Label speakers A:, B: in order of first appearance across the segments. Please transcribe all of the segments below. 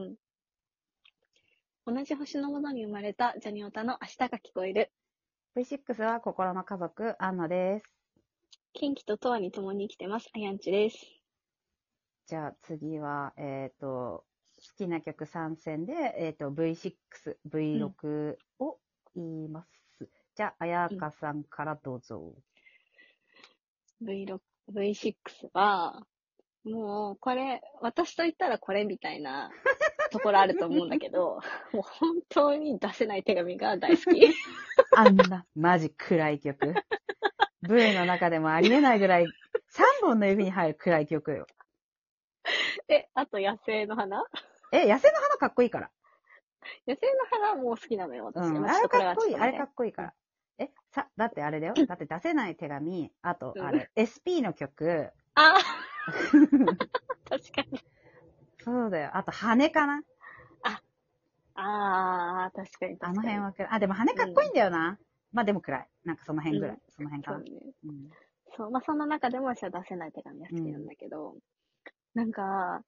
A: うん。同じ星のもとに生まれたジャニオタの明日が聞こえる。
B: V6 は心の家族、アンナです。
A: 近畿と永遠に共に生きてます。あやんちです。
B: じゃあ次は、えっ、と、好きな曲参戦で、えっ、と、V6、V6 を言います。じゃあ、あやかさんからどうぞ。
A: V6、V6 は、もう、これ、私と言ったらこれみたい なところあると思うんだけど、もう本当に出せない手紙が大好 き。
B: あんな、マジ暗い曲。V の中でもありえないぐらい、3本の指に入る暗い曲よ。
A: え、あと野生の花
B: え、野生の花かっこいいから。
A: 野生の花も好きなのよ、私。
B: うん、
A: ま
B: あ
A: ちょ
B: れ
A: っとこ
B: か
A: は
B: っこいい、
A: ちょと
B: あ
A: ね
B: れかっこいいから。え、さ、だってあれだ よ。だって出せない手紙、あと、
A: うん
B: あれ、SP の曲、
A: あ ー確かに。
B: そうだよ。あと、羽かな
A: ああ、確かに確かに。
B: あの辺は暗い。あ、でも羽かっこいいんだよな。まあでも暗い。なんかその辺ぐらい。
A: う
B: その辺か
A: そ
B: な。
A: う
B: う
A: ね。
B: ん。
A: そう、まあ、そんな中でも私は出せない手紙が好きなんだけど、なんか、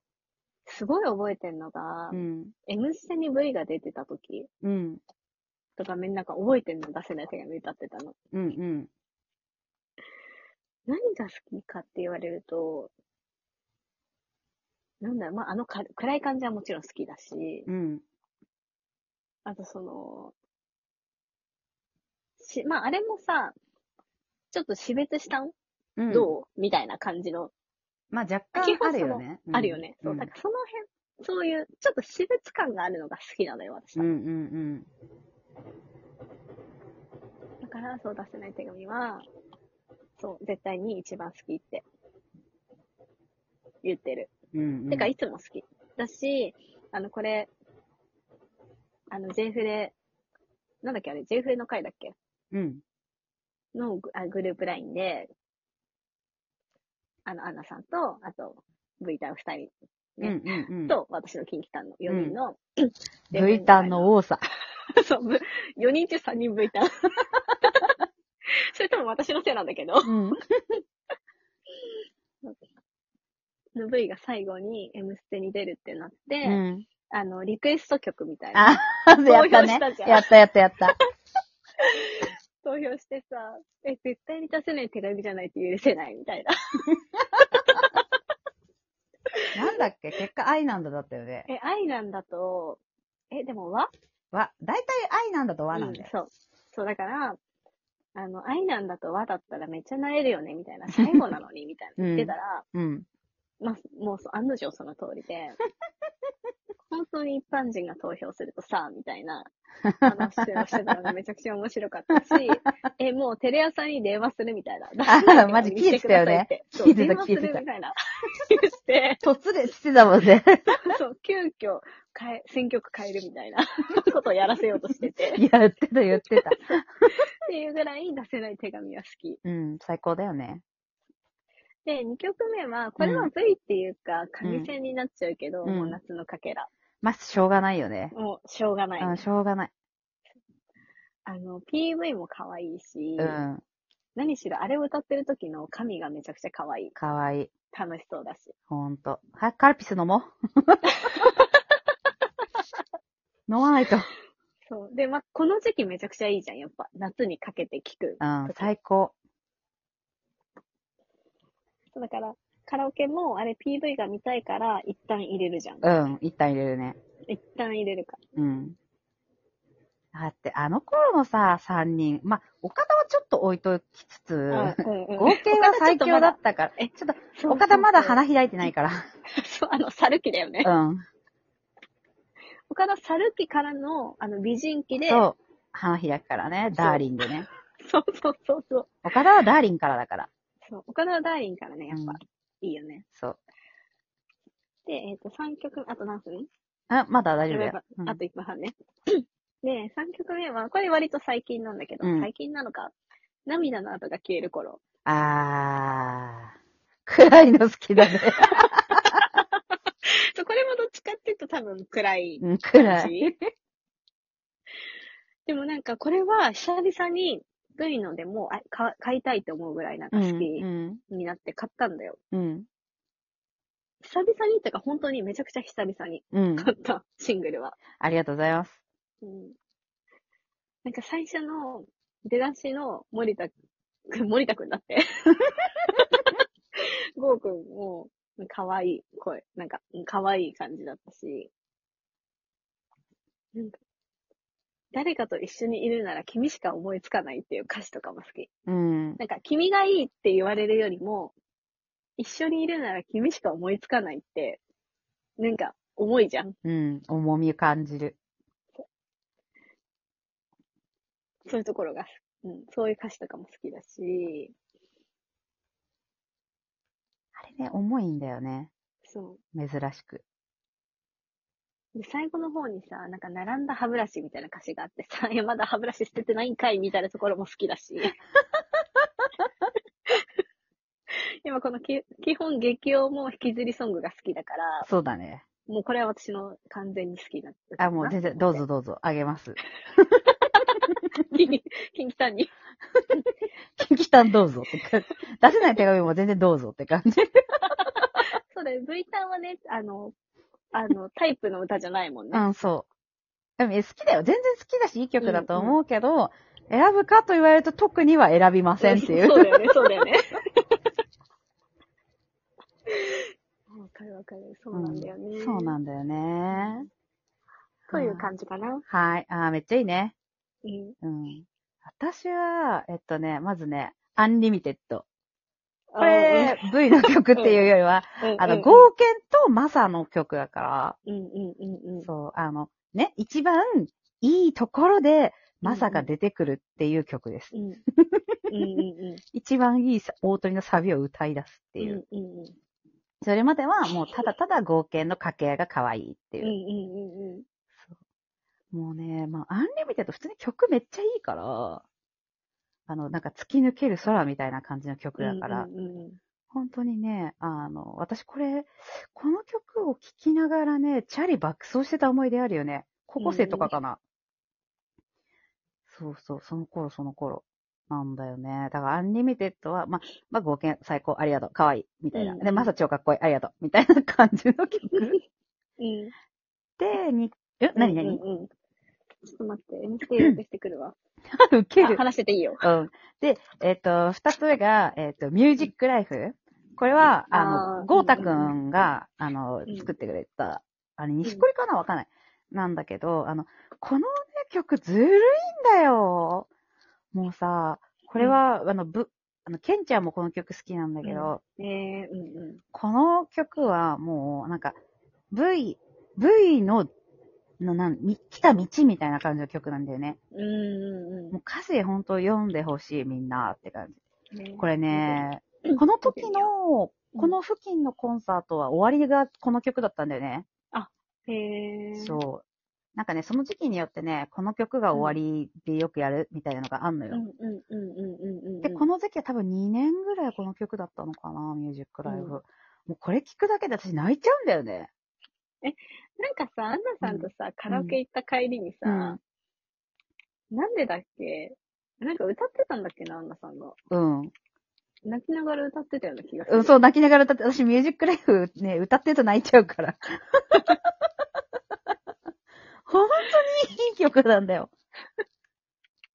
A: すごい覚えてんのが、
B: うん。
A: M ステに V が出てた時
B: うん。
A: とかみんなが覚えてんの出せない手紙歌ってたの。
B: うん。うん。
A: 何が好きかって言われると、なんだろう、まあ、あのか暗い感じはもちろん好きだし、
B: うん。
A: あとその、し、まあ、あれもさ、ちょっと死別したん
B: うん。
A: どう、みたいな感じの
B: まあ若干あるよね。うん
A: あるよね。そうう、
B: ん
A: だからその辺、そういう、ちょっと私物感があるのが好きなのよ、私
B: う
A: は。
B: んうん
A: だから、そう出せない手紙は、そう、絶対に一番好きって、言ってる。
B: うん。うん、うん。
A: てか、いつも好き。だし、あの、これ、あの、JF で、なんだっけ、あれ、JF の回だっけ
B: うん。
A: のグあグループラインで、あの、アンナさんと、あと、V タン二人、
B: うんうんうん。
A: と、私のキンキタンの4人の、で
B: V ターンの多さ。
A: そう、ぶ4人中3人向いた。それとも私のせいなんだけど、
B: うん。
A: V が最後に M ステに出るってなって、
B: うん。
A: あの、リクエスト曲みたいな。
B: あ、やったね
A: 投票したじ。ゃん
B: やったやったやった。
A: 投票してさ、え、絶対に出せない手紙じゃないと許せないみたいな。
B: なんだっけ結果愛なんだだったよね。
A: え、愛なんだと、え、でも和
B: わ、だいたい愛なんだと和なんだ
A: う
B: よ。
A: そう。そう、だから、あの、愛なんだと和だったらめっちゃなれるよね、みたいな。最後なのに、みたいな。言ってたら、
B: うん。
A: まあ、もうそう、案の定その通り で、本当に一般人が投票するとさ、みたい な話をしてたのがめちゃくちゃ面白かったし、 え、もうテレ朝に電話するみたいな。
B: あマジ聞いてたよね
A: そう
B: 聞いてた
A: 電話する
B: 聞いてた
A: みたいな。言って、
B: 突然してたもんね。
A: そう、急遽変え、選曲変えるみたいな ことをやらせようとしてて、っ
B: 言ってた言ってた。
A: ていうぐらい出せない手紙は好き。
B: うん、最高だよね。
A: で、2曲目は、これは V っていうか、紙線になっちゃうけど、
B: うん
A: もう夏のかけら。
B: まあ、しょうがないよね。
A: もう、しょうがない。
B: うん、しょうがない。
A: あの、PV も可愛いし、
B: うん、
A: 何しろあれを歌ってる時の髪がめちゃくちゃ可愛い。
B: かわいい。
A: 楽しそうだし。
B: ほんと。は、カルピス飲 もう。飲まないと。
A: そう。で、まあ、この時期めちゃくちゃいいじゃん。やっぱ、夏にかけて聴く。
B: うん、最高。
A: そうだから、カラオケもあれ PV が見たいから、一旦入れるじゃん。
B: うん、一旦入れるね。
A: 一旦入れるか。
B: うん。だって、あの頃のさ、三人。まあ、岡田はちょっと置いときつつ、
A: うんうんうん
B: 合計は最強だったから。え、
A: え
B: ちょっ
A: そう
B: と、岡田まだ
A: そう
B: 花開いてないから。
A: そう、あの、猿木だよね。
B: うん。
A: 岡田猿木からの、あの、美人期で、
B: そう。花開くからね。
A: う
B: ダーリンでね。
A: そうそうそうそう。
B: 岡田はダーリンからだから。
A: そう岡田はダーリンからね、やっぱ、
B: うん
A: いいよね。
B: そう。
A: で、えっ、と、3曲、あと何分
B: あ、まだ大丈夫だ
A: や
B: よ
A: ば。
B: う
A: あ
B: ん
A: と1分半ね。で、3曲目は、これ割と最近なんだけど、
B: うん
A: 最近なのか、涙の跡が消える頃。
B: あー。暗いの好き だね。
A: そうこれもどっちかっていうと多分暗い
B: うん
A: 感
B: 暗い。
A: じ。 でもなんかこれは久々に、グイのでもあか買いたいと思うぐらいなんか
B: うん
A: 好き
B: うん。
A: になって買ったんだよ。
B: うん。
A: 久々にっていうか、本当にめちゃくちゃ久々に
B: うん。
A: 買った、シングルは。
B: ありがとうございます。
A: うん。なんか最初の出だしの森田 くん、森田くんだって。ゴーくんも、可愛い声、なんか、うん可愛い感じだったし、なんか、誰かと一緒にいるなら君しか思いつかないっていう歌詞とかも好き。
B: うん。
A: なんか、君がいいって言われるよりも、一緒にいるなら君しか思いつかないって、なんか、重いじゃん。
B: うん。重み感じる。
A: そういうところが、うん、そういう歌詞とかも好きだし、
B: あれね、重いんだよね。
A: そ
B: 珍しく。
A: う。で、最後の方にさ、なんか並んだ歯ブラシみたいな歌詞があってさ、い や、まだ歯ブラシ捨ててないんかいみたいなところも好きだし。 今このき基本激音も引きずりソングが好きだから、
B: そうだね。
A: もうこれは私の完全に好きな歌だな。
B: あ、もう全然、どうぞどうぞ、あげます。
A: キン。キンキさんに。
B: キンキタンどうぞって感じ。出せない手紙も全然どうぞって感じ。
A: そうだよ、V タンはね、あの、あの、タイプの歌じゃないもん
B: う
A: ね。
B: ん、そう。でもえ好きだよ。全然好きだし、いい曲だと思うけど、選ぶかと言われると特には選びませんっていう。
A: そうだよね、そうだよね。わかるわかる。そうなんだよね。
B: うんそうなんだよね。
A: という感じかな。
B: はい。あーめっちゃいいね。
A: うん。
B: うん。私は、えっとね、まずね、アンリミテッド。こ
A: こ
B: れ、V の曲っていうよりは、あの、ゴーケンとマサの曲だから、
A: うんうんうんうん。
B: そう、あの、ね、一番いいところで、マサが出てくるっていう曲です。
A: うん。 うんうんうん。っ
B: 一番いいさ大鳥のサビを歌い出すってていう。。
A: うんうんうん。っ
B: それまではもうただただ合計の掛け合いが可愛いっ
A: て
B: てい
A: うん
B: う。
A: うんうんうん。
B: もうね、まあ、アンリミテッド普通に曲めっちゃいいから、あの、なんか突き抜ける空みたいな感じの曲だから、
A: うんうんうん
B: 本当にね、あの、私これ、この曲を聴きながらね、チャリ爆走してた思い出あるよね。高校生とかかな。そうそう、その頃その頃。なんだよね。だから、アンリミテッドは、まあ、まあ、合計最高、ありがとう、可愛い、みたいな。
A: うん
B: で、まさ超かっこいい、ありがとう、みたいな感じの曲。
A: うん。
B: で、に、え、なにな
A: うん
B: に
A: うんうんちょっと待って、NHK 予約してくるわ。
B: ウケ
A: あ
B: る。
A: 話してていいよ。
B: うん。で、えっ、と、二つ目が、えっ、と、ミュージックライフ。これは、あ
A: あー
B: の、ゴータくんが、あの
A: うん、
B: 作ってくれた、あれ、西堀かなわかんない。なんだけど、あの、このね、曲ずるいんだよ。もうさ、これは、あの、ぶ、あの、ケンちゃんもこの曲好きなんだけど、
A: ええ、うんうん。
B: この曲はもう、なんか、V、V の、の、なん、み来た道みたいな感じの曲なんだよね。
A: うんうん
B: もう歌詞本当読んでほしいみんなって感じ。
A: うん。
B: これね、
A: うん
B: この時の、
A: うん
B: この付近のコンサートは終わりがこの曲だったんだよね。
A: へえ。
B: そう。なんかね、その時期によってね、この曲が終わりでよくやるみたいなのがあんの
A: う
B: よ。
A: んうんうんうんうんうん。
B: で、この時期は多分2年ぐらいこの曲だったのかな、ミュージックライブ。
A: うん
B: もうこれ聞くだけで私泣いちゃうんだよね。
A: なんかさ、アンナさんとさ、カラオケ行った帰りにさ、なんでだっけなんか歌ってたんだっけな、アンナさんが。
B: うん。うん。
A: 泣きながら歌ってたような気がす
B: う
A: る。
B: ん、そう、泣きながら歌って、私ミュージックライブね、歌ってると泣いちゃうから。 本当にいい曲なんだよ。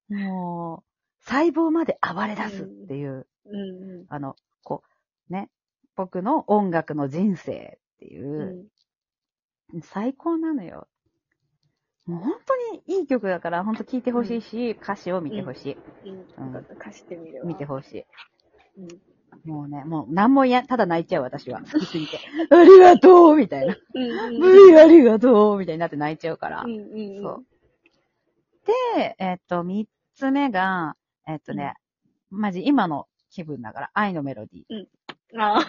B: もう、細胞まで暴れ出すっていう、
A: うん
B: あの、こう、ね、僕の音楽の人生ってい
A: うん。
B: う、
A: う
B: 最高なのよ。もう本当にいい曲だから、本当聴いてほしいし、歌詞を見てほしい。
A: ん。うん。よかった貸してみるわ。
B: 見てほし
A: うん。
B: い。もうね、もう何もや、ただ泣いちゃう私は。好きすぎて。ありがとうみたいな。
A: うん。
B: 無理ありがとうみたいになって泣いちゃうから
A: う。んうん。
B: そう。で、えっと、三つ目が、えっとね、マジ今の気分だから、愛のメロディー。
A: うん。ああ。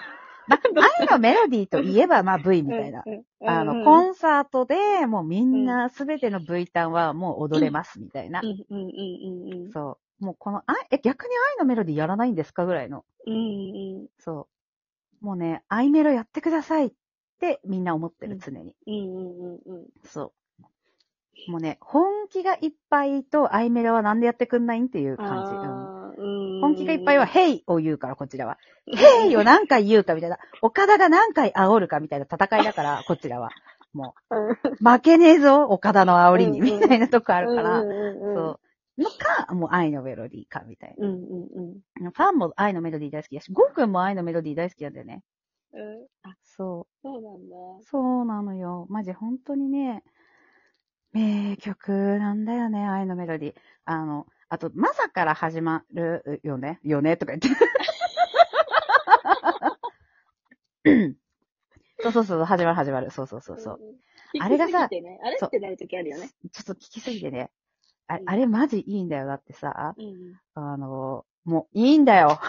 B: 愛のメロディーといえば、まあ V みたいな。
A: うん。うん
B: あ
A: うん
B: の、コンサートでもうみんなすべての V ターンはもう踊れますみたいな
A: う。んうんうんうんうん。
B: そう。もうこの、あえ、逆に愛のメロディーやらないんですかぐらいの。
A: うんうん。
B: そう。もうね、愛メロやってくださいってみんな思って
A: う
B: る
A: ん
B: 常に。
A: うんうんうんうん。
B: そう。もうね、本気がいっぱいと、アイメロはなんでやってくんないんっていう感じ。うん
A: あーう本
B: 本気がいっぱいは、ヘイを言うから、こちらは。ヘイを何回言うかみたいな。岡田が何回煽るかみたいな戦いだか ら、こちらは。もう、負けねえぞ、岡田の煽りに、
A: うんうん
B: みたいなとこあ
A: あ
B: るから
A: う。んうん
B: そ。う。のか、もう愛のメロディーか、みたい
A: うんうんうん
B: な。ファンも愛のメロディー大好きだし、ゴーくんも愛のメロディー大好きなんだよね。
A: うん。あ、
B: そ
A: そうなんだ。
B: う。そうなのよ。マジ本当にね、名曲なんだよね、愛のメロディー。あの、あと、まさから始まるよね、よね、とか言って。 そうそうそう、始まる始まる。そうそうそうそう。
A: うん。
B: あれがさ
A: 低すぎてねあれ
B: そう
A: ってなるときあるよね。
B: ちょっと聞きすぎてね。あ
A: うん
B: あれマジいいんだよ。だってさ、
A: うんうん。
B: あの、もういいんだよ。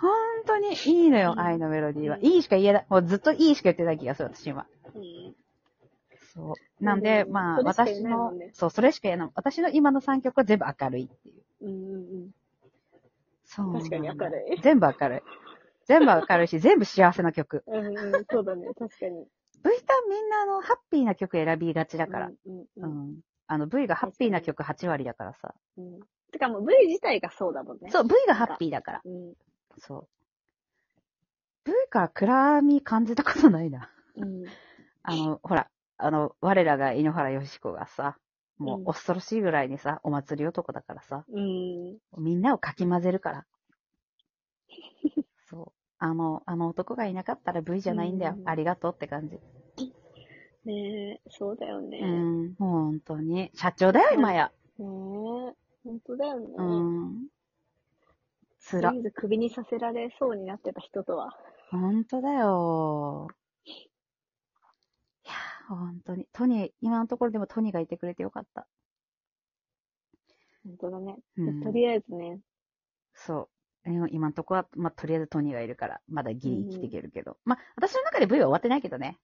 B: 本当にいいのよ
A: う、ん
B: 愛のメロディーは。
A: うん
B: いいしか言えない。もうずっといいしか言ってない気がする、私今。
A: うん
B: そう。なんで、
A: うん
B: まあ、
A: それしか言えな
B: 私
A: いも
B: の
A: んね、
B: そう、それしか言えない。私の今の3曲は全部明るいっていう。
A: うんうん
B: そう。
A: 確かに明るい。
B: 全部明るい。全部明るいし、全部幸せな曲。
A: うん。うんうん、そうだね、確かに。
B: V タンみんなあの、ハッピーな曲選びがちだから。。
A: うんう
B: うんん。あの、V がハッピーな曲8割だからさ。
A: うん。うんてかもう V 自体がそうだもんね。
B: そう、V がハッピーだから。
A: うん。
B: そう。V から暗み感じたことないな。
A: うん。
B: あの、ほら、あの、我らが井ノ原よしこがさ、も
A: うん
B: う恐ろしいぐらいにさ、お祭り男だからさ、
A: うん。
B: みんなをかき混ぜ るから。そう。あの、あの男がいなかったら V じゃないんだよ。
A: うん
B: ありがとうって感じ。
A: ねえ、そうだよね。
B: う
A: ね
B: ん、もう本当に。社長だよ、今や。
A: え、本当だよね。
B: うん。
A: と
B: つ
A: りあ
B: ら
A: え。ず首にさせられそうになってた人とは。
B: 本当だよ。いやー、本当に。トニー、今のところでもトニーがいてくれてよかった。
A: 本当だね。
B: うん
A: と。りあえずね。
B: そう。でも今のところは、まあ、とりあえずトニーがいるから、まだギリ生きていけるけど。まあ、私の中で V は終わってないけどね。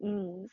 A: うん。